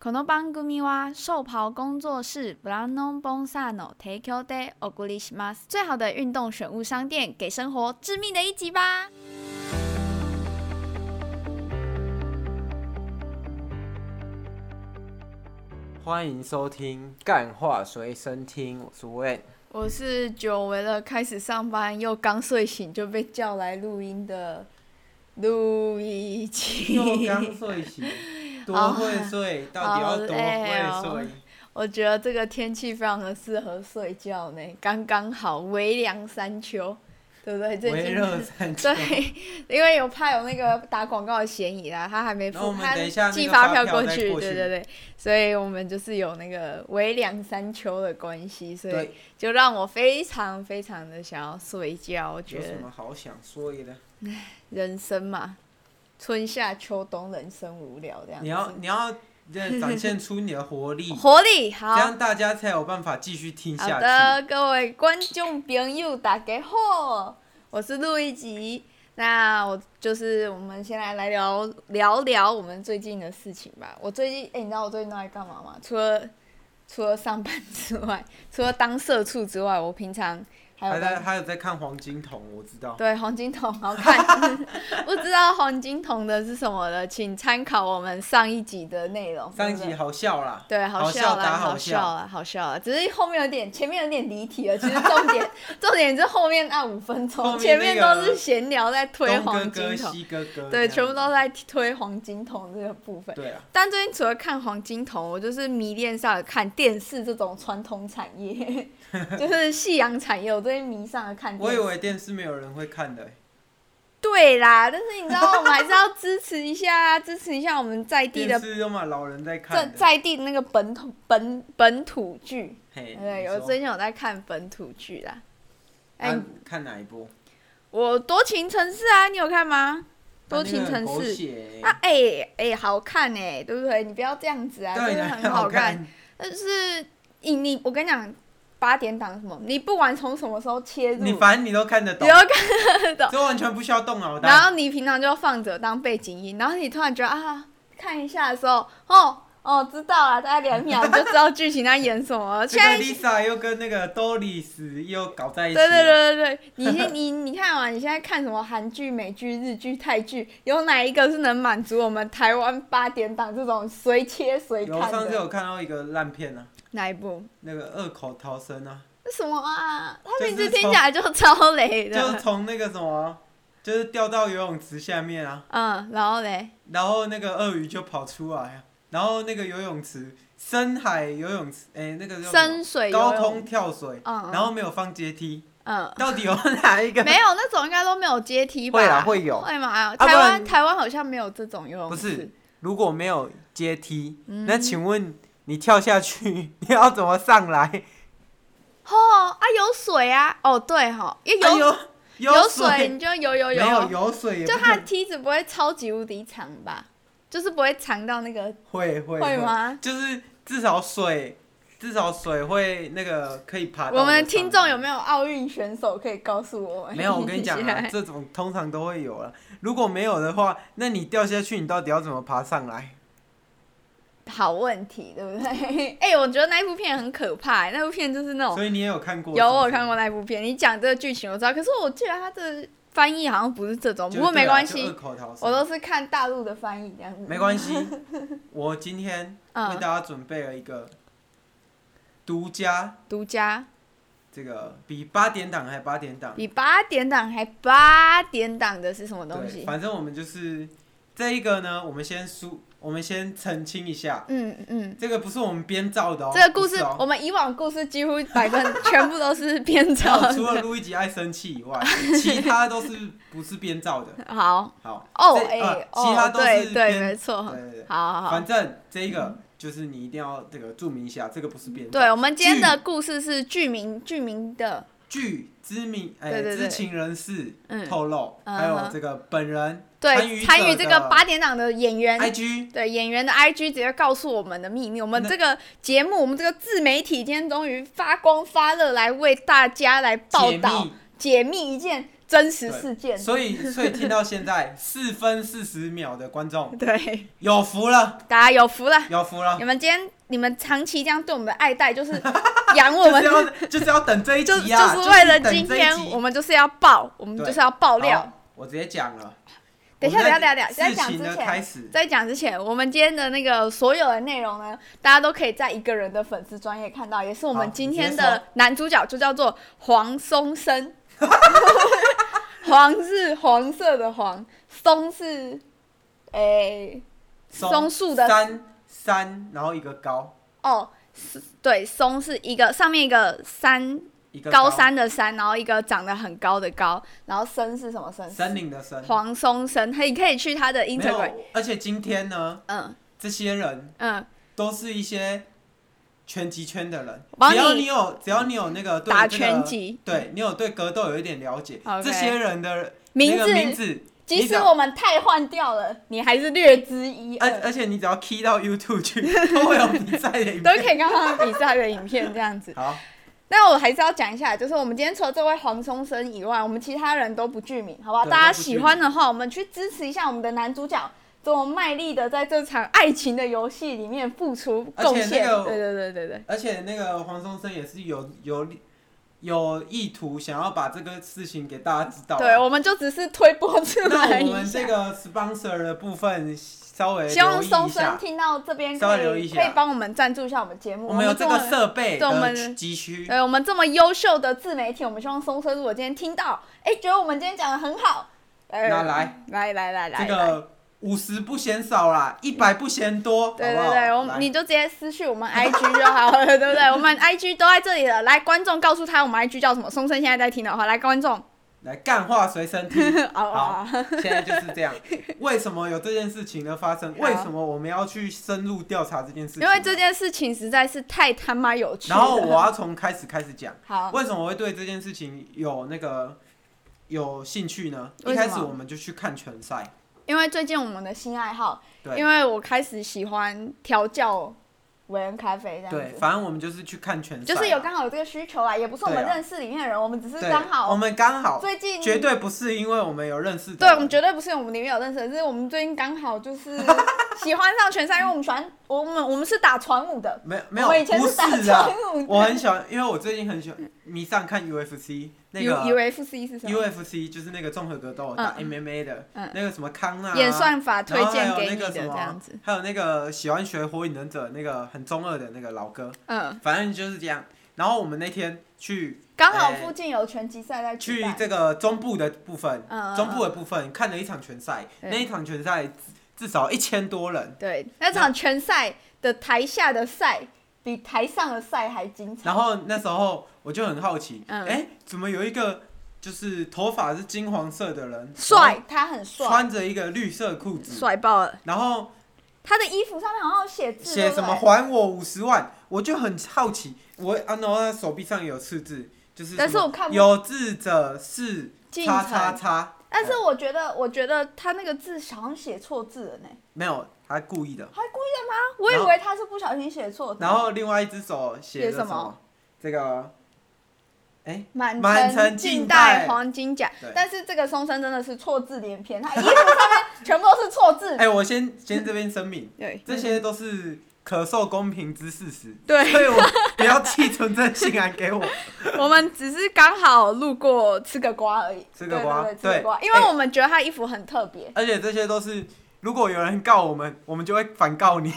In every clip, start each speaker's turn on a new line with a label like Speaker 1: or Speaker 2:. Speaker 1: この番組は瘦袍工作室ブランドボンサーの提供でお送りします。最好的运动选物商店，给生活致命的一击吧！
Speaker 2: 欢迎收听《干话随身听》，我是 w a n
Speaker 1: 我是久违了，开始上班又刚睡醒就被叫来录音的录一期。
Speaker 2: 又刚睡醒，多会睡，到底要多
Speaker 1: 好
Speaker 2: 会
Speaker 1: 累
Speaker 2: 睡？
Speaker 1: 我觉得这个天气非常的适合睡觉呢，刚刚好，微凉山丘，对不对？最
Speaker 2: 微
Speaker 1: 近
Speaker 2: 热 三秋。
Speaker 1: 对，因为有怕有那个打广告的嫌疑啦，他还没
Speaker 2: 那我
Speaker 1: 付，
Speaker 2: 们
Speaker 1: 他
Speaker 2: 等一下那
Speaker 1: 寄
Speaker 2: 个
Speaker 1: 发
Speaker 2: 发
Speaker 1: 票
Speaker 2: 票
Speaker 1: 过
Speaker 2: 再
Speaker 1: 去，
Speaker 2: 过
Speaker 1: 对
Speaker 2: 去
Speaker 1: 对对，所以我们就是有那个微凉山丘的关系，所以
Speaker 2: 对，
Speaker 1: 就让我非常非常的想要睡觉。我觉
Speaker 2: 有什
Speaker 1: 得
Speaker 2: 么好想说的？
Speaker 1: 人生嘛，春夏秋冬，人生无聊这样子。，
Speaker 2: 你要你要呃展现出你的活力
Speaker 1: 活力 好
Speaker 2: 这。样大家才有办法继续听
Speaker 1: 好
Speaker 2: 下去。
Speaker 1: 的，各位观众朋友，大家好，我是陆一吉。那我就是我们先来来聊聊聊我们最近的事情吧。我最近，哎、你知道我最近都在干嘛吗？除了除了上班之外，除了当社畜之外，我平常还有
Speaker 2: 还在
Speaker 1: 在
Speaker 2: 还有在看黄金瞳，我知道。
Speaker 1: 对黄金瞳好看。不知道黄金瞳的是什么的，请参考我们上一集的内容。
Speaker 2: 上一
Speaker 1: 对不对
Speaker 2: 集好笑啦，
Speaker 1: 对，
Speaker 2: 好
Speaker 1: 笑
Speaker 2: 笑
Speaker 1: 啦，
Speaker 2: 打好
Speaker 1: 好
Speaker 2: 笑
Speaker 1: 啦，好笑啦，只是后面有点，前面有点离题了。其实重点，重点是后面那五分钟，
Speaker 2: 后面
Speaker 1: 前面
Speaker 2: 那
Speaker 1: 都
Speaker 2: 个
Speaker 1: 是闲聊在推
Speaker 2: 东哥
Speaker 1: 黄金
Speaker 2: 哥
Speaker 1: 桶，
Speaker 2: 西哥哥，
Speaker 1: 对，
Speaker 2: 这样
Speaker 1: 全部都在推黄金桶这个部分。
Speaker 2: 对啊。
Speaker 1: 但最近除了看黄金桶，我就是迷恋上了看电视这种传统产业， 就是夕阳产业，我最近迷上了看电
Speaker 2: 我
Speaker 1: 视。
Speaker 2: 以为电视没有人会看的欸，
Speaker 1: 对啦，但是你知道，我们还是要支持一下啊，支持一下我们在地
Speaker 2: 电
Speaker 1: 的
Speaker 2: 视都嘛老人
Speaker 1: 在
Speaker 2: 在看的。
Speaker 1: 在地的那个本土本本土剧。
Speaker 2: 嘿，
Speaker 1: 对，
Speaker 2: 你
Speaker 1: 我
Speaker 2: 说
Speaker 1: 最近有在看本土剧啦。哎、
Speaker 2: 啊看哪一部？
Speaker 1: 我《多情城市》啊，你有看吗？《多情城
Speaker 2: 啊那个很狗
Speaker 1: 市》
Speaker 2: 血欸
Speaker 1: 啊，哎、哎、好看哎、对不对？你不要这样子啊，
Speaker 2: 对，
Speaker 1: 真的
Speaker 2: 那
Speaker 1: 很好看。。但是你你，我跟你讲，八点档什么，你不管从什么时候切入，
Speaker 2: 你反正你都看得
Speaker 1: 只
Speaker 2: 懂
Speaker 1: 要，看，
Speaker 2: 这完全不需要动脑
Speaker 1: 然
Speaker 2: 袋。
Speaker 1: 后你平常就放着当背景音，然后你突然觉得啊，看一下的时候，哦哦，知道了，大概两秒你就知道剧情在演什 么了。
Speaker 2: 这
Speaker 1: 现
Speaker 2: 个
Speaker 1: 在
Speaker 2: Lisa 又跟那个 Doris 又搞在一起，
Speaker 1: 对对，对对对，你现你你看啊，你现在看什么韩剧、美剧、日剧、泰剧，有哪一个是能满足我们台湾八点档这种随切随
Speaker 2: 有
Speaker 1: 看
Speaker 2: 上次
Speaker 1: 的？
Speaker 2: 有看到一个烂片啊，
Speaker 1: 哪一部？
Speaker 2: 那个二口逃生啊，
Speaker 1: 那什么啊？它
Speaker 2: 就
Speaker 1: 名
Speaker 2: 是
Speaker 1: 字听起来就超雷的。
Speaker 2: 就是从那个什么，就是掉到游泳池下面啊，
Speaker 1: 嗯，然后嘞，
Speaker 2: 然后那个鳄鱼就跑出来啊，然后那个游泳池深海游泳池，哎，那个叫什么
Speaker 1: 深水游
Speaker 2: 高
Speaker 1: 泳
Speaker 2: 空跳水，
Speaker 1: 嗯嗯
Speaker 2: 然后没有放阶梯，
Speaker 1: 嗯，
Speaker 2: 到底有哪一个？
Speaker 1: 没有那种应该都没有阶梯吧？
Speaker 2: 会啦会有
Speaker 1: 哎妈呀，
Speaker 2: 啊不
Speaker 1: 台湾、
Speaker 2: 然
Speaker 1: 台湾好像没有这种游泳
Speaker 2: 不
Speaker 1: 池
Speaker 2: 是，如果没有阶梯，
Speaker 1: 嗯
Speaker 2: 那请问你跳下去，你要怎么上来？
Speaker 1: 哦啊有水啊，哦对哈，因为
Speaker 2: 啊
Speaker 1: 有、
Speaker 2: 有
Speaker 1: 有水
Speaker 2: 水，
Speaker 1: 你就游游游。
Speaker 2: 没有有水也不
Speaker 1: 就
Speaker 2: 可
Speaker 1: 它的梯子不会超级无敌长吧？就是不会长到那个
Speaker 2: 会会
Speaker 1: 会？吗？
Speaker 2: 就是至少水，至少水会那个可以爬到上面。
Speaker 1: 我们听众有没有奥运选手可以告诉我们？
Speaker 2: 没有？我跟 你讲啊，这种通常都会有了。如果没有的话，那你掉下去，你到底要怎么爬上来？
Speaker 1: 好问题，对不对？ 哎、我觉得那一部片很可怕、欸那部片就是那种
Speaker 2: 所以你也有看过？
Speaker 1: 哦有我有
Speaker 2: 是不是
Speaker 1: 看。过那一部片，你讲这个剧情我知道，可是我记得它的翻译好像不是这种，
Speaker 2: 就
Speaker 1: 不过没
Speaker 2: 对啊
Speaker 1: 关
Speaker 2: 就
Speaker 1: 系
Speaker 2: 二，口逃生
Speaker 1: 我都是看大陆的翻译这样子。
Speaker 2: 没关系。我今天为
Speaker 1: 嗯
Speaker 2: 大，家准备了一个独家
Speaker 1: 独家
Speaker 2: 这个比八点档还八点档，
Speaker 1: 比八点档还八点档的是什么东
Speaker 2: 对，
Speaker 1: 西？
Speaker 2: 反正我们就是这一个呢，我们先输，我们先澄清一下，
Speaker 1: 嗯嗯。
Speaker 2: 这个不是我们编造的哦，
Speaker 1: 这个故事
Speaker 2: 不是，哦，
Speaker 1: 我们以往故事几乎百分全部都是编 造
Speaker 2: 然后除了
Speaker 1: 的。
Speaker 2: 路易吉爱生气以外，其他都是不是编造的。
Speaker 1: 好，
Speaker 2: 好，
Speaker 1: 哦，
Speaker 2: 这
Speaker 1: 哎、
Speaker 2: 呃其他
Speaker 1: 哦，
Speaker 2: 都是
Speaker 1: 对对，
Speaker 2: 编
Speaker 1: 没错，
Speaker 2: 对对对，
Speaker 1: 好嗯好好
Speaker 2: 反。正这一个就是你一定要这个注明一下，这个不是编造。
Speaker 1: 对，我们今天的故事是剧名，剧名的，
Speaker 2: 据知名哎、
Speaker 1: 对对对
Speaker 2: 知情人士
Speaker 1: 嗯
Speaker 2: 透露，
Speaker 1: 嗯
Speaker 2: 还有
Speaker 1: 哼
Speaker 2: 这个本人参
Speaker 1: 对，
Speaker 2: 与
Speaker 1: 参与
Speaker 2: 者
Speaker 1: 这
Speaker 2: 的
Speaker 1: 个八点档的演员，
Speaker 2: IG
Speaker 1: 对演员的 IG 直接告诉我们的秘密。我们
Speaker 2: 那
Speaker 1: 这个节目，我们这个自媒体今天终于发光发热，来为大家来报
Speaker 2: 解
Speaker 1: 道
Speaker 2: 密
Speaker 1: 解密一件真实事件。
Speaker 2: 所以所以听到 现在四分四十秒的观众
Speaker 1: 对，
Speaker 2: 有福了，
Speaker 1: 大家有福了。
Speaker 2: 有福了
Speaker 1: 你，们今天你们长期这样对我们的爱戴，就是 养我
Speaker 2: 就
Speaker 1: 们
Speaker 2: 是，要就是要等这 一
Speaker 1: 就
Speaker 2: 集啊，
Speaker 1: 是为了
Speaker 2: 等
Speaker 1: 今
Speaker 2: 这一
Speaker 1: 天，
Speaker 2: 集
Speaker 1: 我们就是要爆，我们
Speaker 2: 对
Speaker 1: 就是要爆料。
Speaker 2: 好我直接讲了。
Speaker 1: 等一下
Speaker 2: 我们在
Speaker 1: 等一下等一下在讲
Speaker 2: 事情的
Speaker 1: 之前
Speaker 2: 开始，
Speaker 1: 在讲之前，我们今天的那个所有的内容呢，大家都可以在一个人的粉丝专业看到，也是我
Speaker 2: 好
Speaker 1: 们今天
Speaker 2: 你直接
Speaker 1: 的男主角就叫做黄松 生，黄是黄色的黄，松是诶、松树的
Speaker 2: 三三，然后一个高，
Speaker 1: 哦，是对，松是一个上面一个山
Speaker 2: 一个
Speaker 1: 高山的山，然后一个长得很高的高，然后生是什么生？
Speaker 2: 森林的森。
Speaker 1: 黄松生，可以可以去他的
Speaker 2: 没
Speaker 1: Instagram，
Speaker 2: 有，而且今天呢，
Speaker 1: 嗯
Speaker 2: 这些人
Speaker 1: 嗯，
Speaker 2: 都是一些拳击圈的人，
Speaker 1: 帮
Speaker 2: 只要
Speaker 1: 你
Speaker 2: 你有只要你有那个对
Speaker 1: 打
Speaker 2: 这个
Speaker 1: 拳击，
Speaker 2: 对你有对格斗有一点了解，
Speaker 1: OK
Speaker 2: 这些人的
Speaker 1: 名
Speaker 2: 那个
Speaker 1: 字
Speaker 2: 名字，
Speaker 1: 即使我们太换掉了，你还是略知一
Speaker 2: 而
Speaker 1: 二，
Speaker 2: 而且你只要 key 到 YouTube 去，都会有比赛的 影
Speaker 1: 都
Speaker 2: 片。
Speaker 1: 可以看到他比赛的影片这样子。
Speaker 2: 好，
Speaker 1: 那我还是要讲一下，就是我们今天除了这位黄松生以外，我们其他人都不具名，好不好？
Speaker 2: 对
Speaker 1: 大家
Speaker 2: 都不具
Speaker 1: 喜
Speaker 2: 名
Speaker 1: 欢的话，我们去支持一下我们的男主角，这么卖力的在这场爱情的游戏里面付出
Speaker 2: 而且
Speaker 1: 贡献。
Speaker 2: 那个
Speaker 1: 对对对对对，
Speaker 2: 而且那个黄松生也是有有有意图想要把这个事情给大家知道啊。
Speaker 1: 对，我们就只是推波助
Speaker 2: 那
Speaker 1: 澜
Speaker 2: 我
Speaker 1: 一
Speaker 2: 们这
Speaker 1: 下。
Speaker 2: 个 sponsor 的部分稍微
Speaker 1: 希望
Speaker 2: 留意一
Speaker 1: 松生
Speaker 2: 下，
Speaker 1: 听到这边
Speaker 2: 稍
Speaker 1: 可
Speaker 2: 微留意一
Speaker 1: 以
Speaker 2: 下
Speaker 1: 可以帮我们赞助一下我们节目。
Speaker 2: 我们有这
Speaker 1: 么
Speaker 2: 个设备
Speaker 1: 对我
Speaker 2: 的
Speaker 1: 们
Speaker 2: 需急需。
Speaker 1: 对我们这么优秀的自媒体，我们希望松生如果今天听到，哎、觉得我们今天讲的很好，呃
Speaker 2: 那来
Speaker 1: 来来来来，
Speaker 2: 这
Speaker 1: 来
Speaker 2: 个五十不嫌少啦，一百不嫌多，
Speaker 1: 对
Speaker 2: 好
Speaker 1: 对
Speaker 2: 不好
Speaker 1: 对，我
Speaker 2: 来
Speaker 1: 们你就直接私讯我们 IG 就好了，对 不对？我们 IG 都在这里了，来观众告诉他我们 IG 叫什么，松生现在在听的话，来观 众，
Speaker 2: 来干话随 身听，
Speaker 1: 哦哦，哦
Speaker 2: 现在就是这样。为什么有这件事情的发生？
Speaker 1: 好
Speaker 2: 为什么我们要去深入调查这件事情？
Speaker 1: 因为这，件事情实在是太他妈有趣了。
Speaker 2: 然后我要从开始开始讲，
Speaker 1: 好，
Speaker 2: 为什么我会对这件事情有那个有兴趣呢？一
Speaker 1: 为什么
Speaker 2: 开始我们就去看拳赛，
Speaker 1: 因为最近我们的新爱好，因
Speaker 2: 对
Speaker 1: 为我开始喜欢调教韦恩咖啡这样
Speaker 2: 对，
Speaker 1: 子。
Speaker 2: 反正我们就是去看拳赛啊，
Speaker 1: 就是有刚好有这个需求啦，也不是我们
Speaker 2: 对啊
Speaker 1: 认识里面的人，我们只是
Speaker 2: 对
Speaker 1: 刚
Speaker 2: 我
Speaker 1: 好
Speaker 2: 们刚好
Speaker 1: 最近
Speaker 2: 绝对不是因为我们有认识的人，
Speaker 1: 对，我们绝对不是我们里面有认识的，是我们最近刚好就是喜欢上拳赛，因为我们喜欢我们我们是打传武的，
Speaker 2: 没有没
Speaker 1: 我
Speaker 2: 有，
Speaker 1: 们以前
Speaker 2: 不
Speaker 1: 打
Speaker 2: 是
Speaker 1: 传
Speaker 2: 的。
Speaker 1: 武的。
Speaker 2: 我很喜欢，因为我最近很喜欢迷上看 UFC 那
Speaker 1: U
Speaker 2: 个
Speaker 1: UFC 是什么？
Speaker 2: UFC 就是那个综合格斗打
Speaker 1: 嗯
Speaker 2: MMA 的
Speaker 1: 嗯
Speaker 2: 那个什么康纳
Speaker 1: 演算法推荐
Speaker 2: 然后
Speaker 1: 给
Speaker 2: 还啊哦有那
Speaker 1: 你
Speaker 2: 个
Speaker 1: 的
Speaker 2: 什
Speaker 1: 这
Speaker 2: 么
Speaker 1: 样子，
Speaker 2: 还有那个喜欢学火影忍者那个很中二的那个老哥，
Speaker 1: 嗯，
Speaker 2: 反正就是这样。然后我们那天去
Speaker 1: 刚好
Speaker 2: 哎
Speaker 1: 附近有拳击赛在举
Speaker 2: 去
Speaker 1: 办
Speaker 2: 这个中部的部分，
Speaker 1: 嗯嗯
Speaker 2: 中部的部分看了一场拳赛，
Speaker 1: 对
Speaker 2: 那一场拳赛至至少一千多人。
Speaker 1: 对那场拳赛的台下的赛比台上的赛还精彩，
Speaker 2: 然后那时候我就很好奇，哎、
Speaker 1: 嗯
Speaker 2: 怎么有一个就是头发是金黄色的人，然后
Speaker 1: 帅，哦他很帅，
Speaker 2: 穿着一个绿色裤子，
Speaker 1: 帅爆了。
Speaker 2: 然后
Speaker 1: 他的衣服上面好像有写字，
Speaker 2: 写什么
Speaker 1: 对不
Speaker 2: 还我五十万，我就很好奇，我啊，然后他手臂上有刺字，就是
Speaker 1: 但是
Speaker 2: 什么
Speaker 1: 我看不
Speaker 2: 有志者是
Speaker 1: 对
Speaker 2: 叉叉
Speaker 1: 进程。
Speaker 2: 叉，
Speaker 1: 但是我觉得，我觉得他那个字好像写错字了呢。
Speaker 2: 没有，他故意的。
Speaker 1: 他故意的吗？我以为他是不小心写错字。
Speaker 2: 然后另外一只手写
Speaker 1: 写
Speaker 2: 着
Speaker 1: 什
Speaker 2: 么？这个，哎、
Speaker 1: 满
Speaker 2: 满
Speaker 1: 城
Speaker 2: 城
Speaker 1: 尽
Speaker 2: 尽
Speaker 1: 带
Speaker 2: 带
Speaker 1: 黄金甲
Speaker 2: 对，
Speaker 1: 但是这个松生真的是错字连篇，他衣服上面全部都是错字
Speaker 2: 哎、。我先先这边声明，
Speaker 1: 对，
Speaker 2: 这些都是可受公平之事实。
Speaker 1: 对，
Speaker 2: 所以我不要寄存真信函 给我。
Speaker 1: 我们只是刚好路过吃个瓜而已。
Speaker 2: 吃个瓜
Speaker 1: 对对对吃个瓜，
Speaker 2: 对哎
Speaker 1: 因为我们觉得他衣服很特别。
Speaker 2: 而且这些都是，如果有人告我们，我们就会反 告你，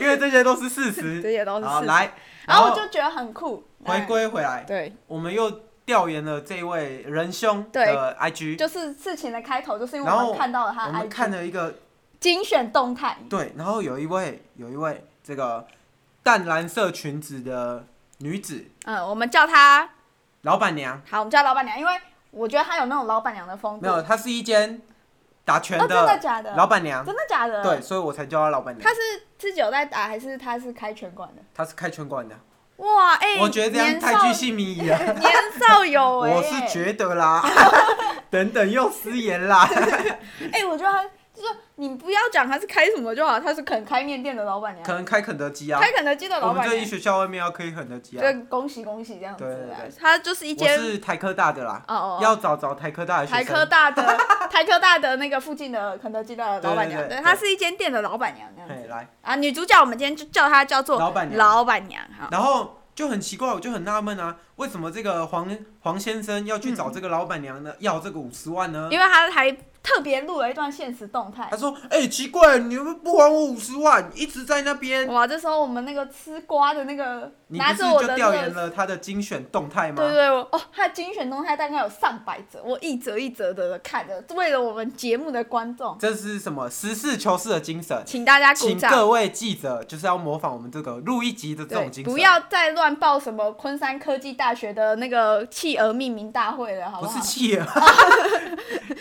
Speaker 2: 因为这些都是事
Speaker 1: 这
Speaker 2: 实。
Speaker 1: 些都是
Speaker 2: 好，
Speaker 1: 事实。
Speaker 2: 来，
Speaker 1: 然后我就觉得很酷。
Speaker 2: 回归回来，
Speaker 1: 对，
Speaker 2: 我们又调研了这位仁兄
Speaker 1: 对
Speaker 2: 的 IG，
Speaker 1: 就是事情的开头，就是因为
Speaker 2: 然
Speaker 1: 我
Speaker 2: 后
Speaker 1: 们看到了他
Speaker 2: 我
Speaker 1: 的
Speaker 2: 们
Speaker 1: IG
Speaker 2: 看了一个
Speaker 1: 精选动态。
Speaker 2: 对，然后有一位有一位这个淡蓝色裙子的女子
Speaker 1: 嗯，我们叫他
Speaker 2: 老板娘，
Speaker 1: 好，我们叫老板娘，因为我觉得她有那种老板娘的风
Speaker 2: 没
Speaker 1: 度。
Speaker 2: 有，她是一间打拳
Speaker 1: 哦，真的
Speaker 2: 的
Speaker 1: 假的？
Speaker 2: 老板娘，
Speaker 1: 真的假的？
Speaker 2: 对，，所以我才叫她老板娘
Speaker 1: 她，是自己有在打，还是她是开拳馆的？
Speaker 2: 她是开拳馆的。
Speaker 1: 哇，哎、
Speaker 2: 我觉得这样
Speaker 1: 年少
Speaker 2: 太具姓名矣了。
Speaker 1: 年少有为、
Speaker 2: 啊 我是觉得啦，等等又失言啦。
Speaker 1: 哎、哎我觉得她就是你不要讲他是开什么就好，他是肯开面店的老板娘
Speaker 2: 可，能开肯德基啊，
Speaker 1: 开肯德基的
Speaker 2: 我
Speaker 1: 老
Speaker 2: 们
Speaker 1: 板
Speaker 2: 这一
Speaker 1: 娘，
Speaker 2: 学校外面要开肯德基啊。
Speaker 1: 对，恭喜恭喜这样子
Speaker 2: 对对
Speaker 1: 啊
Speaker 2: 对。
Speaker 1: 他就是一
Speaker 2: 我
Speaker 1: 间
Speaker 2: 是台科大的啦，
Speaker 1: 哦哦，
Speaker 2: 要找找台科大的学
Speaker 1: 台
Speaker 2: 生。
Speaker 1: 科大的台科大的那个附近的肯德基的老板娘，
Speaker 2: 对对对对
Speaker 1: 她是一间店的老板娘这样
Speaker 2: 嘿
Speaker 1: 子
Speaker 2: 来，
Speaker 1: 啊。女主角我们今天就叫她叫做
Speaker 2: 老板娘
Speaker 1: 老板娘哈。
Speaker 2: 然后就很奇怪，我就很纳闷啊，为什么这个黄黄先生要去找这个老板娘
Speaker 1: 嗯
Speaker 2: 呢？要这个五十万呢？
Speaker 1: 因为她还特别录了一段现实动态
Speaker 2: 他。说：“哎、奇怪，你们不还我五十万，一直在那边。
Speaker 1: 哇，这时候我们那个吃瓜的那个”
Speaker 2: 嗯你不
Speaker 1: 拿
Speaker 2: 是
Speaker 1: 着我
Speaker 2: 就
Speaker 1: 的
Speaker 2: 调
Speaker 1: 乐
Speaker 2: 研了他的精选动态吗
Speaker 1: 对？对，我哦，他的精选动态大概有上百则，我一则一则的看着，为了我们节目的观众，
Speaker 2: 这是什么实事求是的精神？
Speaker 1: 请大家鼓
Speaker 2: 请
Speaker 1: 掌。
Speaker 2: 各位记者就是要模仿我们这个录一集的这
Speaker 1: 对
Speaker 2: 种，精神，
Speaker 1: 不要再乱报什么昆山科技大学的那个企鹅命名大会了，好
Speaker 2: 不
Speaker 1: 好？
Speaker 2: 是企鹅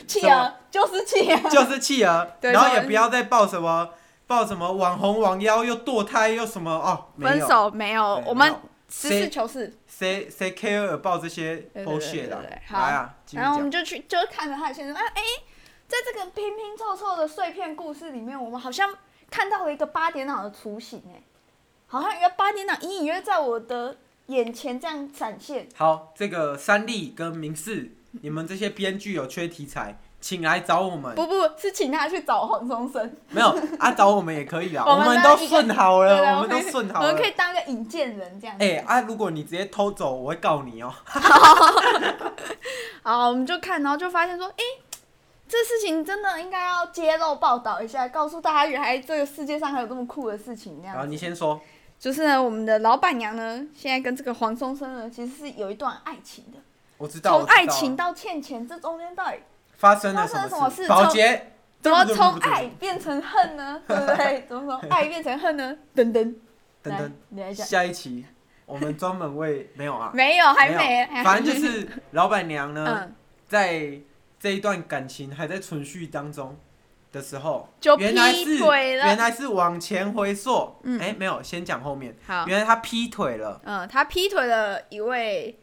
Speaker 1: 企
Speaker 2: 什
Speaker 1: 鹅
Speaker 2: 么
Speaker 1: 啊就是企鹅，
Speaker 2: 就是企鹅，
Speaker 1: 对
Speaker 2: 然后
Speaker 1: 什么
Speaker 2: 也不要再报什么报什么网红网妖又堕胎又什么哦，没
Speaker 1: 分
Speaker 2: 有，
Speaker 1: 手没有
Speaker 2: 对，
Speaker 1: 我们
Speaker 2: 没有
Speaker 1: 实
Speaker 2: 谁
Speaker 1: 事求是，
Speaker 2: 谁谁 care 报这些
Speaker 1: 对对对
Speaker 2: bullshit 的
Speaker 1: 对对对，好
Speaker 2: 来啊，继续
Speaker 1: 然后我们
Speaker 2: 讲，
Speaker 1: 就去就看着他的先生啊，哎、在这个拼拼凑凑的碎片故事里面，我们好像看到了一个八点档的雏形，哎，好像一个八点档隐隐约在我的眼前这样闪现。
Speaker 2: 好，这个三立跟明视，你们这些编剧有缺题材，请来找我们，
Speaker 1: 不不，是请他去找黄宗生，
Speaker 2: 没有啊，找我们也可以啊，
Speaker 1: 我
Speaker 2: 我
Speaker 1: 们
Speaker 2: 们
Speaker 1: 当
Speaker 2: 都
Speaker 1: 一个
Speaker 2: 顺好
Speaker 1: 对对
Speaker 2: 了，我
Speaker 1: 我
Speaker 2: 们都
Speaker 1: 们可以
Speaker 2: 顺
Speaker 1: 我
Speaker 2: 好
Speaker 1: 们
Speaker 2: 了
Speaker 1: 可，以当个引荐人这样。
Speaker 2: 哎啊，如果你直接偷走，我会告你哦，
Speaker 1: 好，我们就看，然后就发现说，哎、这事情真的应该要揭露报道一下，告诉大家原来这个世界上还有这么酷的事情，这
Speaker 2: 然后
Speaker 1: 样。
Speaker 2: 你先说，
Speaker 1: 就是呢，我们的老板娘呢，现在跟这个黄松生呢，其实是有一段爱情的，
Speaker 2: 我知道，
Speaker 1: 从
Speaker 2: 我知道
Speaker 1: 爱情到欠钱，这中间到底
Speaker 2: 发生了
Speaker 1: 发生了
Speaker 2: 什
Speaker 1: 什么
Speaker 2: 事？
Speaker 1: 事
Speaker 2: 保
Speaker 1: 从
Speaker 2: 洁
Speaker 1: 怎么
Speaker 2: 对不对
Speaker 1: 从
Speaker 2: 不对
Speaker 1: 爱变成恨呢？ 对不对？怎么从爱变成恨呢？等等，
Speaker 2: 等
Speaker 1: 来
Speaker 2: 等，
Speaker 1: 你来讲，
Speaker 2: 下一期我们专门为没有 啊，
Speaker 1: 没有，还没，
Speaker 2: 有反正就是呃老板娘呢，
Speaker 1: 嗯，
Speaker 2: 在这一段感情还在存续当中的时候，
Speaker 1: 就
Speaker 2: 原来
Speaker 1: 劈
Speaker 2: 是
Speaker 1: 腿
Speaker 2: 原
Speaker 1: 了。
Speaker 2: 来是往前回溯，
Speaker 1: 嗯
Speaker 2: 哎，没有，先讲后面，
Speaker 1: 好，
Speaker 2: 原来他劈腿了，
Speaker 1: 嗯，他劈腿了一位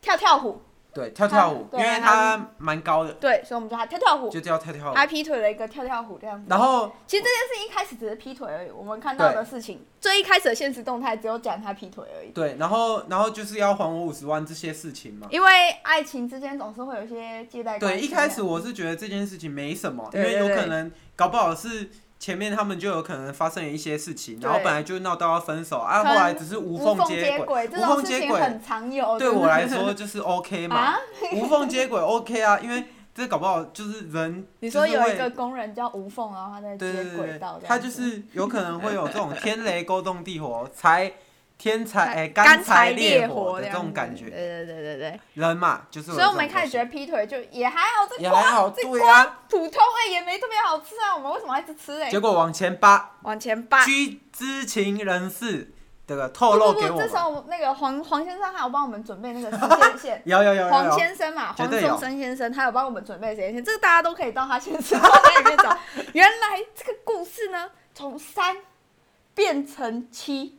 Speaker 1: 跳跳虎，
Speaker 2: 对，跳跳舞，
Speaker 1: 他
Speaker 2: 因
Speaker 1: 对
Speaker 2: 为他蛮高的，
Speaker 1: 对，所以我们叫他跳跳虎，
Speaker 2: 就叫跳跳舞。
Speaker 1: 他劈腿了一个跳跳虎这样子。
Speaker 2: 然后
Speaker 1: 其实这件事一开始只是劈腿而已，我们看到的事情最一开始的现实动态只有讲他劈腿而已。
Speaker 2: 对，然后然后就是要还我五十万这些事情嘛。
Speaker 1: 因为爱情之间总是会有一些借贷关
Speaker 2: 嗯对，
Speaker 1: 系。
Speaker 2: 一开始我是觉得这件事情没什么，
Speaker 1: 对
Speaker 2: 因为
Speaker 1: 对
Speaker 2: 有
Speaker 1: 对
Speaker 2: 可能搞不好是前面他们就有可能发生了一些事情，然后
Speaker 1: 对
Speaker 2: 本来就闹到要分手啊，
Speaker 1: 可
Speaker 2: 后
Speaker 1: 能
Speaker 2: 来只是无缝接
Speaker 1: 接
Speaker 2: 轨。
Speaker 1: 轨，这
Speaker 2: 无
Speaker 1: 种
Speaker 2: 缝
Speaker 1: 事
Speaker 2: 接
Speaker 1: 情
Speaker 2: 轨
Speaker 1: 很常有。
Speaker 2: 对
Speaker 1: 真的
Speaker 2: 我 来说就是 OK 嘛，
Speaker 1: 啊，
Speaker 2: 无缝接轨 OK 啊，因为这搞不好就是人，
Speaker 1: 你说
Speaker 2: 就是
Speaker 1: 有
Speaker 2: 会
Speaker 1: 一个工人叫无缝，然后他在
Speaker 2: 对
Speaker 1: 接
Speaker 2: 对对
Speaker 1: 轨
Speaker 2: 对
Speaker 1: 道，，
Speaker 2: 他就是有可能会有这种天雷勾动地火，才天才哎干
Speaker 1: 干
Speaker 2: 柴
Speaker 1: 烈
Speaker 2: 火的
Speaker 1: 这
Speaker 2: 这种感
Speaker 1: 觉。
Speaker 2: 觉，
Speaker 1: 对对对对对，
Speaker 2: 人嘛就是有
Speaker 1: 所以我
Speaker 2: 这
Speaker 1: 们
Speaker 2: 种
Speaker 1: 开始
Speaker 2: 东
Speaker 1: 觉得劈腿就也还好，这
Speaker 2: 西也还好，
Speaker 1: 这
Speaker 2: 对啊，
Speaker 1: 普通哎、也没特别好吃啊，我们为什么还一直吃哎、啊
Speaker 2: 结果往前扒，
Speaker 1: 往前扒。
Speaker 2: 居知情人士这个
Speaker 1: 不
Speaker 2: 透露
Speaker 1: 不
Speaker 2: 给
Speaker 1: 不，
Speaker 2: 我
Speaker 1: 这
Speaker 2: 们。
Speaker 1: 时，候那个黄黄先生还有帮我们准备那个时间线
Speaker 2: 有有有有
Speaker 1: 黄
Speaker 2: 有，
Speaker 1: 先生嘛，
Speaker 2: 啊绝
Speaker 1: 黄
Speaker 2: 对有
Speaker 1: 宗生先生，他有帮我们准备时间线，这个大家都可以到他现实动态里面找。原来这个故事呢，从三变成七，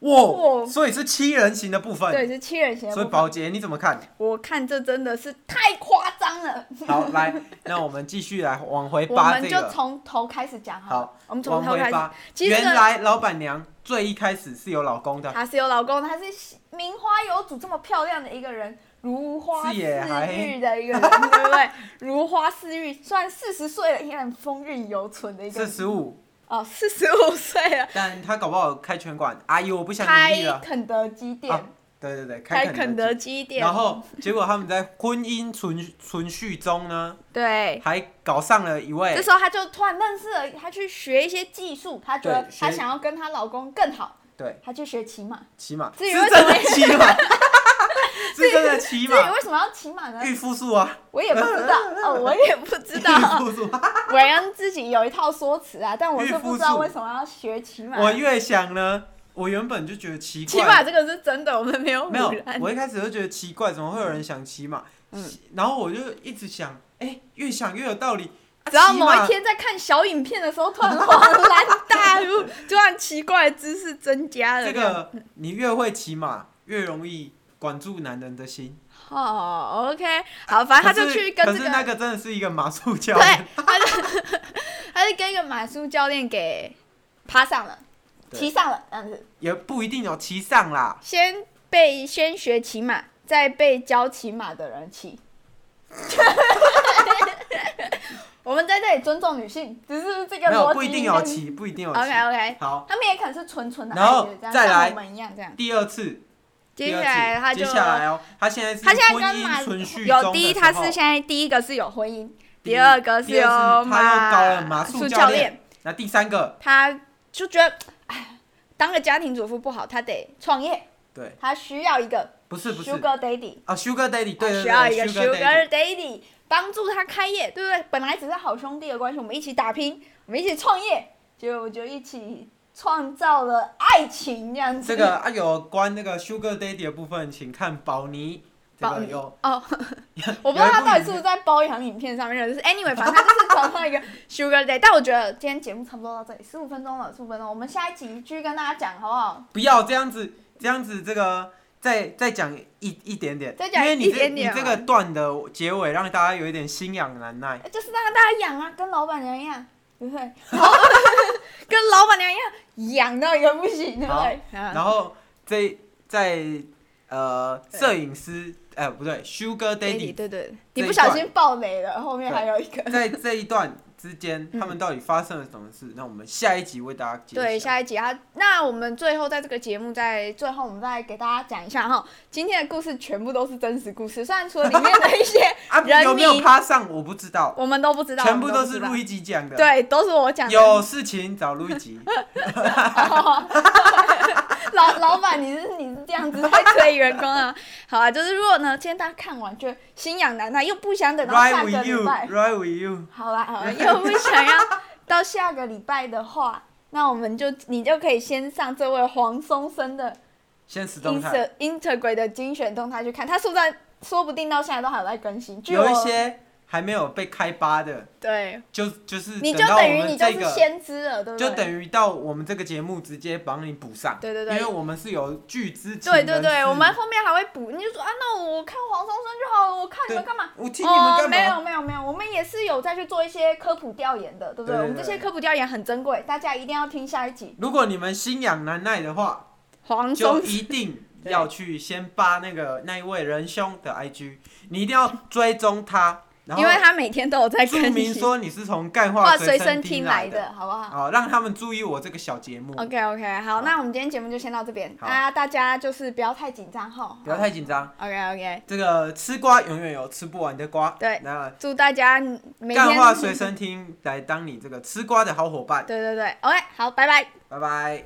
Speaker 2: 哇，
Speaker 1: 哇
Speaker 2: 所以是七人行的部分，
Speaker 1: 对，是七人行的
Speaker 2: 所以
Speaker 1: 部分。
Speaker 2: 保洁你怎么看？
Speaker 1: 我看这真的是太夸张了，
Speaker 2: 好，来，那我们继续来往回
Speaker 1: 我
Speaker 2: 扒
Speaker 1: 们
Speaker 2: 这
Speaker 1: 就
Speaker 2: 个，
Speaker 1: 从头开始讲好了。
Speaker 2: 好，
Speaker 1: 我们从
Speaker 2: 往
Speaker 1: 头
Speaker 2: 回
Speaker 1: 开始。
Speaker 2: 扒。
Speaker 1: 其实
Speaker 2: 原
Speaker 1: 呢，
Speaker 2: 来老板娘最一开始是有老 公的，
Speaker 1: 她是有老公，她是名花有主这么漂亮的一个人，如花似
Speaker 2: 是也还
Speaker 1: 玉的一个人，对不对？如花似玉，虽然四十岁了，依然风韵犹存的一个
Speaker 2: 四
Speaker 1: 人。
Speaker 2: 十五，
Speaker 1: 哦，四十五岁了，
Speaker 2: 但他搞不好开拳馆，阿姨我不想努
Speaker 1: 开
Speaker 2: 力啊了。
Speaker 1: 肯德基店，
Speaker 2: 啊对对对，
Speaker 1: 开
Speaker 2: 肯
Speaker 1: 肯
Speaker 2: 德
Speaker 1: 德
Speaker 2: 基。
Speaker 1: 基店，
Speaker 2: 然后结果他们在婚姻存存续中呢，
Speaker 1: 对。
Speaker 2: 还搞上了一位
Speaker 1: 这时候她就突然认识了，她去学一些技术，她觉得
Speaker 2: 对学
Speaker 1: 她想要跟她老公更好，
Speaker 2: 对
Speaker 1: 她去学骑马。
Speaker 2: 骑马，
Speaker 1: 至于
Speaker 2: 是
Speaker 1: 为
Speaker 2: 真
Speaker 1: 什么
Speaker 2: 的骑马，是真的骑
Speaker 1: 至
Speaker 2: 马
Speaker 1: 于，为什么要骑马 呢？
Speaker 2: 御夫术啊，
Speaker 1: 我也不知道，哦，我也不知 道。 哦
Speaker 2: 御夫术。
Speaker 1: 韦恩自己有一套说辞啊，但我
Speaker 2: 御
Speaker 1: 是
Speaker 2: 夫
Speaker 1: 不知道
Speaker 2: 术
Speaker 1: 为什么要学骑马。
Speaker 2: 我越想呢，我原本就觉得奇
Speaker 1: 骑马
Speaker 2: 怪，
Speaker 1: 这个是真的，我们没有
Speaker 2: 没有
Speaker 1: 胡乱，
Speaker 2: 我一开始就觉得奇怪，怎么会有人想骑马？
Speaker 1: 嗯
Speaker 2: 然后我就一直想，哎，越想越有道理。啊
Speaker 1: 只要
Speaker 2: 骑
Speaker 1: 某
Speaker 2: 马
Speaker 1: 一天在看小影片的时候，突然恍然大悟，就让奇怪的知识增加了。
Speaker 2: 这个，你越会骑马，越容易管住男人的心。
Speaker 1: 哦，OK，好，反正他
Speaker 2: 可
Speaker 1: 就是去跟
Speaker 2: 可
Speaker 1: 这
Speaker 2: 是那
Speaker 1: 个，
Speaker 2: 个真的是一个马术教
Speaker 1: 对
Speaker 2: 练，，
Speaker 1: 他就他是跟一个马术教练给爬上了，
Speaker 2: 对
Speaker 1: 骑上了这样子。
Speaker 2: 也不一定有骑上啦。
Speaker 1: 先被先学骑马，再被教骑马的人骑。 我们在这里尊重女性，只是这个
Speaker 2: 没
Speaker 1: 逻
Speaker 2: 有，
Speaker 1: 辑
Speaker 2: 不一定有。骑，不一定有骑。
Speaker 1: OK OK，
Speaker 2: 好，
Speaker 1: 他们也可能是纯纯的
Speaker 2: 然后
Speaker 1: 爱侣，这样
Speaker 2: 再来
Speaker 1: 像我们一样这样。
Speaker 2: 第二次，
Speaker 1: 接
Speaker 2: 第
Speaker 1: 下
Speaker 2: 二
Speaker 1: 来
Speaker 2: 次
Speaker 1: 他就
Speaker 2: 接下来哦，他现在是
Speaker 1: 他现在
Speaker 2: 婚
Speaker 1: 跟马
Speaker 2: 姻存续中
Speaker 1: 有
Speaker 2: 的
Speaker 1: 第一，
Speaker 2: 时
Speaker 1: 他是
Speaker 2: 候
Speaker 1: 现在第一个是有婚姻，
Speaker 2: 第一
Speaker 1: 第二个
Speaker 2: 第
Speaker 1: 有
Speaker 2: 二是他又搞了马术
Speaker 1: 术
Speaker 2: 教练
Speaker 1: 练，
Speaker 2: 那第三个，
Speaker 1: 他就觉得，哎，当个家庭主妇不好，他得创业，
Speaker 2: 对，
Speaker 1: 他需要一个
Speaker 2: 不是不是，
Speaker 1: Sugar Daddy，
Speaker 2: 啊，Sugar Daddy，
Speaker 1: 他
Speaker 2: 对对
Speaker 1: 需
Speaker 2: 对
Speaker 1: 啊要一个
Speaker 2: Sugar Daddy，
Speaker 1: Sugar Daddy 帮助他开业，对不对？本来只是好兄弟的关系，我们一起打拼，我们一起创业，结果我就一起创造了爱情这样子。
Speaker 2: 这个啊，有关那个 Sugar Daddy 的部分，请看宝妮，这
Speaker 1: 宝
Speaker 2: 个
Speaker 1: 妮
Speaker 2: 有
Speaker 1: 哦，我不知道他到底是不是在包养影片上面认识。Anyway，反正他就是找到一个 Sugar Day。但我觉得今天节目差不多到这里，十五分钟了，十五分钟，我们下一集继续跟大家讲好不好？
Speaker 2: 不要这样子，这样子这个再再讲一一点点，
Speaker 1: 再讲
Speaker 2: 因为你
Speaker 1: 一
Speaker 2: 这
Speaker 1: 点点
Speaker 2: 你这
Speaker 1: 嘛
Speaker 2: 个段的结尾让大家有一点心痒难耐。
Speaker 1: 哎就是让大家养啊，跟老板娘一样，对 不对？跟老板娘一样，养到一个不行，对不对？啊
Speaker 2: 然后这在呃
Speaker 1: 对
Speaker 2: 摄影师，呃不对
Speaker 1: ，Daddy，
Speaker 2: ，Sugar Daddy
Speaker 1: 对对，
Speaker 2: 这一
Speaker 1: 你不小心爆雷了，后面还有一个。
Speaker 2: 在这一段之间，
Speaker 1: 嗯
Speaker 2: 他们到底发生了什么事？那我们下一集为大家揭
Speaker 1: 对，
Speaker 2: 晓
Speaker 1: 下一集啊，那我们最后在这个节目在最后，我们再给大家讲一下哈，今天的故事全部都是真实故事，虽然除了里面的一些
Speaker 2: 啊
Speaker 1: 人
Speaker 2: 有没有
Speaker 1: 名
Speaker 2: 趴上我不知道，
Speaker 1: 我们都不知道，
Speaker 2: 全部
Speaker 1: 我们
Speaker 2: 都
Speaker 1: 不知
Speaker 2: 是
Speaker 1: 道
Speaker 2: 路易吉讲的。
Speaker 1: 对，啊都是我讲的。
Speaker 2: 有事情找路易吉，
Speaker 1: 老老板，你是你是这样子在催员工啊？好啊，就是如果呢，今天大家看完觉得心痒难耐，又不想等到下个
Speaker 2: Right with
Speaker 1: 礼
Speaker 2: you,
Speaker 1: 拜，
Speaker 2: right with you。
Speaker 1: 好 啦好啦，又不想要到下个礼拜的话，那我们就你就可以先上这位黄松生的
Speaker 2: 现实动态
Speaker 1: inter integrate 的精选动态去看，他是不是说不定到现在都还有在更新？据我
Speaker 2: 有一些还没有被开发的，
Speaker 1: 对，
Speaker 2: 就就是
Speaker 1: 你就
Speaker 2: 等到
Speaker 1: 等
Speaker 2: 我
Speaker 1: 于你
Speaker 2: 们
Speaker 1: 就
Speaker 2: 这
Speaker 1: 是
Speaker 2: 个，
Speaker 1: 先知了，对不对？
Speaker 2: 就等于到我们这个节目直接帮你补上。
Speaker 1: 对对对
Speaker 2: 因为我们是有巨资请
Speaker 1: 对
Speaker 2: 人
Speaker 1: 对对，
Speaker 2: 士
Speaker 1: 我们后面还会补。你就说啊，那我看黄松生就好了，我看你们干嘛？
Speaker 2: 我听你们
Speaker 1: 哦、
Speaker 2: 干
Speaker 1: 没
Speaker 2: 嘛？
Speaker 1: 有没有没有，我们也是有再去做一些科普调研的，对不对？
Speaker 2: 对
Speaker 1: 我
Speaker 2: 对
Speaker 1: 们这些科普调研很珍贵，大家一定要听下一集。
Speaker 2: 如果你们心痒难耐的话，
Speaker 1: 黄
Speaker 2: 就
Speaker 1: 松
Speaker 2: 一定要去先扒那个那一位仁兄的 IG，你一定要追踪他，然后
Speaker 1: 因为他每天都有在
Speaker 2: 注
Speaker 1: 更
Speaker 2: 明
Speaker 1: 新，
Speaker 2: 说你是从干
Speaker 1: 话
Speaker 2: 话
Speaker 1: 随
Speaker 2: 身
Speaker 1: 身
Speaker 2: 听
Speaker 1: 听
Speaker 2: 来
Speaker 1: 来
Speaker 2: 的，
Speaker 1: 的，好不好？
Speaker 2: 好让他们注意我这个小节目，
Speaker 1: OK OK，好，那我们今天节目就先到这边，
Speaker 2: 好
Speaker 1: 啊，大家就是不要太紧张哈。
Speaker 2: 不要太紧张。
Speaker 1: OK OK，
Speaker 2: 这个吃瓜永远有吃不完的瓜，
Speaker 1: 对
Speaker 2: 那
Speaker 1: 祝大家每天
Speaker 2: 干话随身听来当你这个吃瓜的好伙伴，
Speaker 1: 对对对，OK，好，拜拜。
Speaker 2: 拜拜。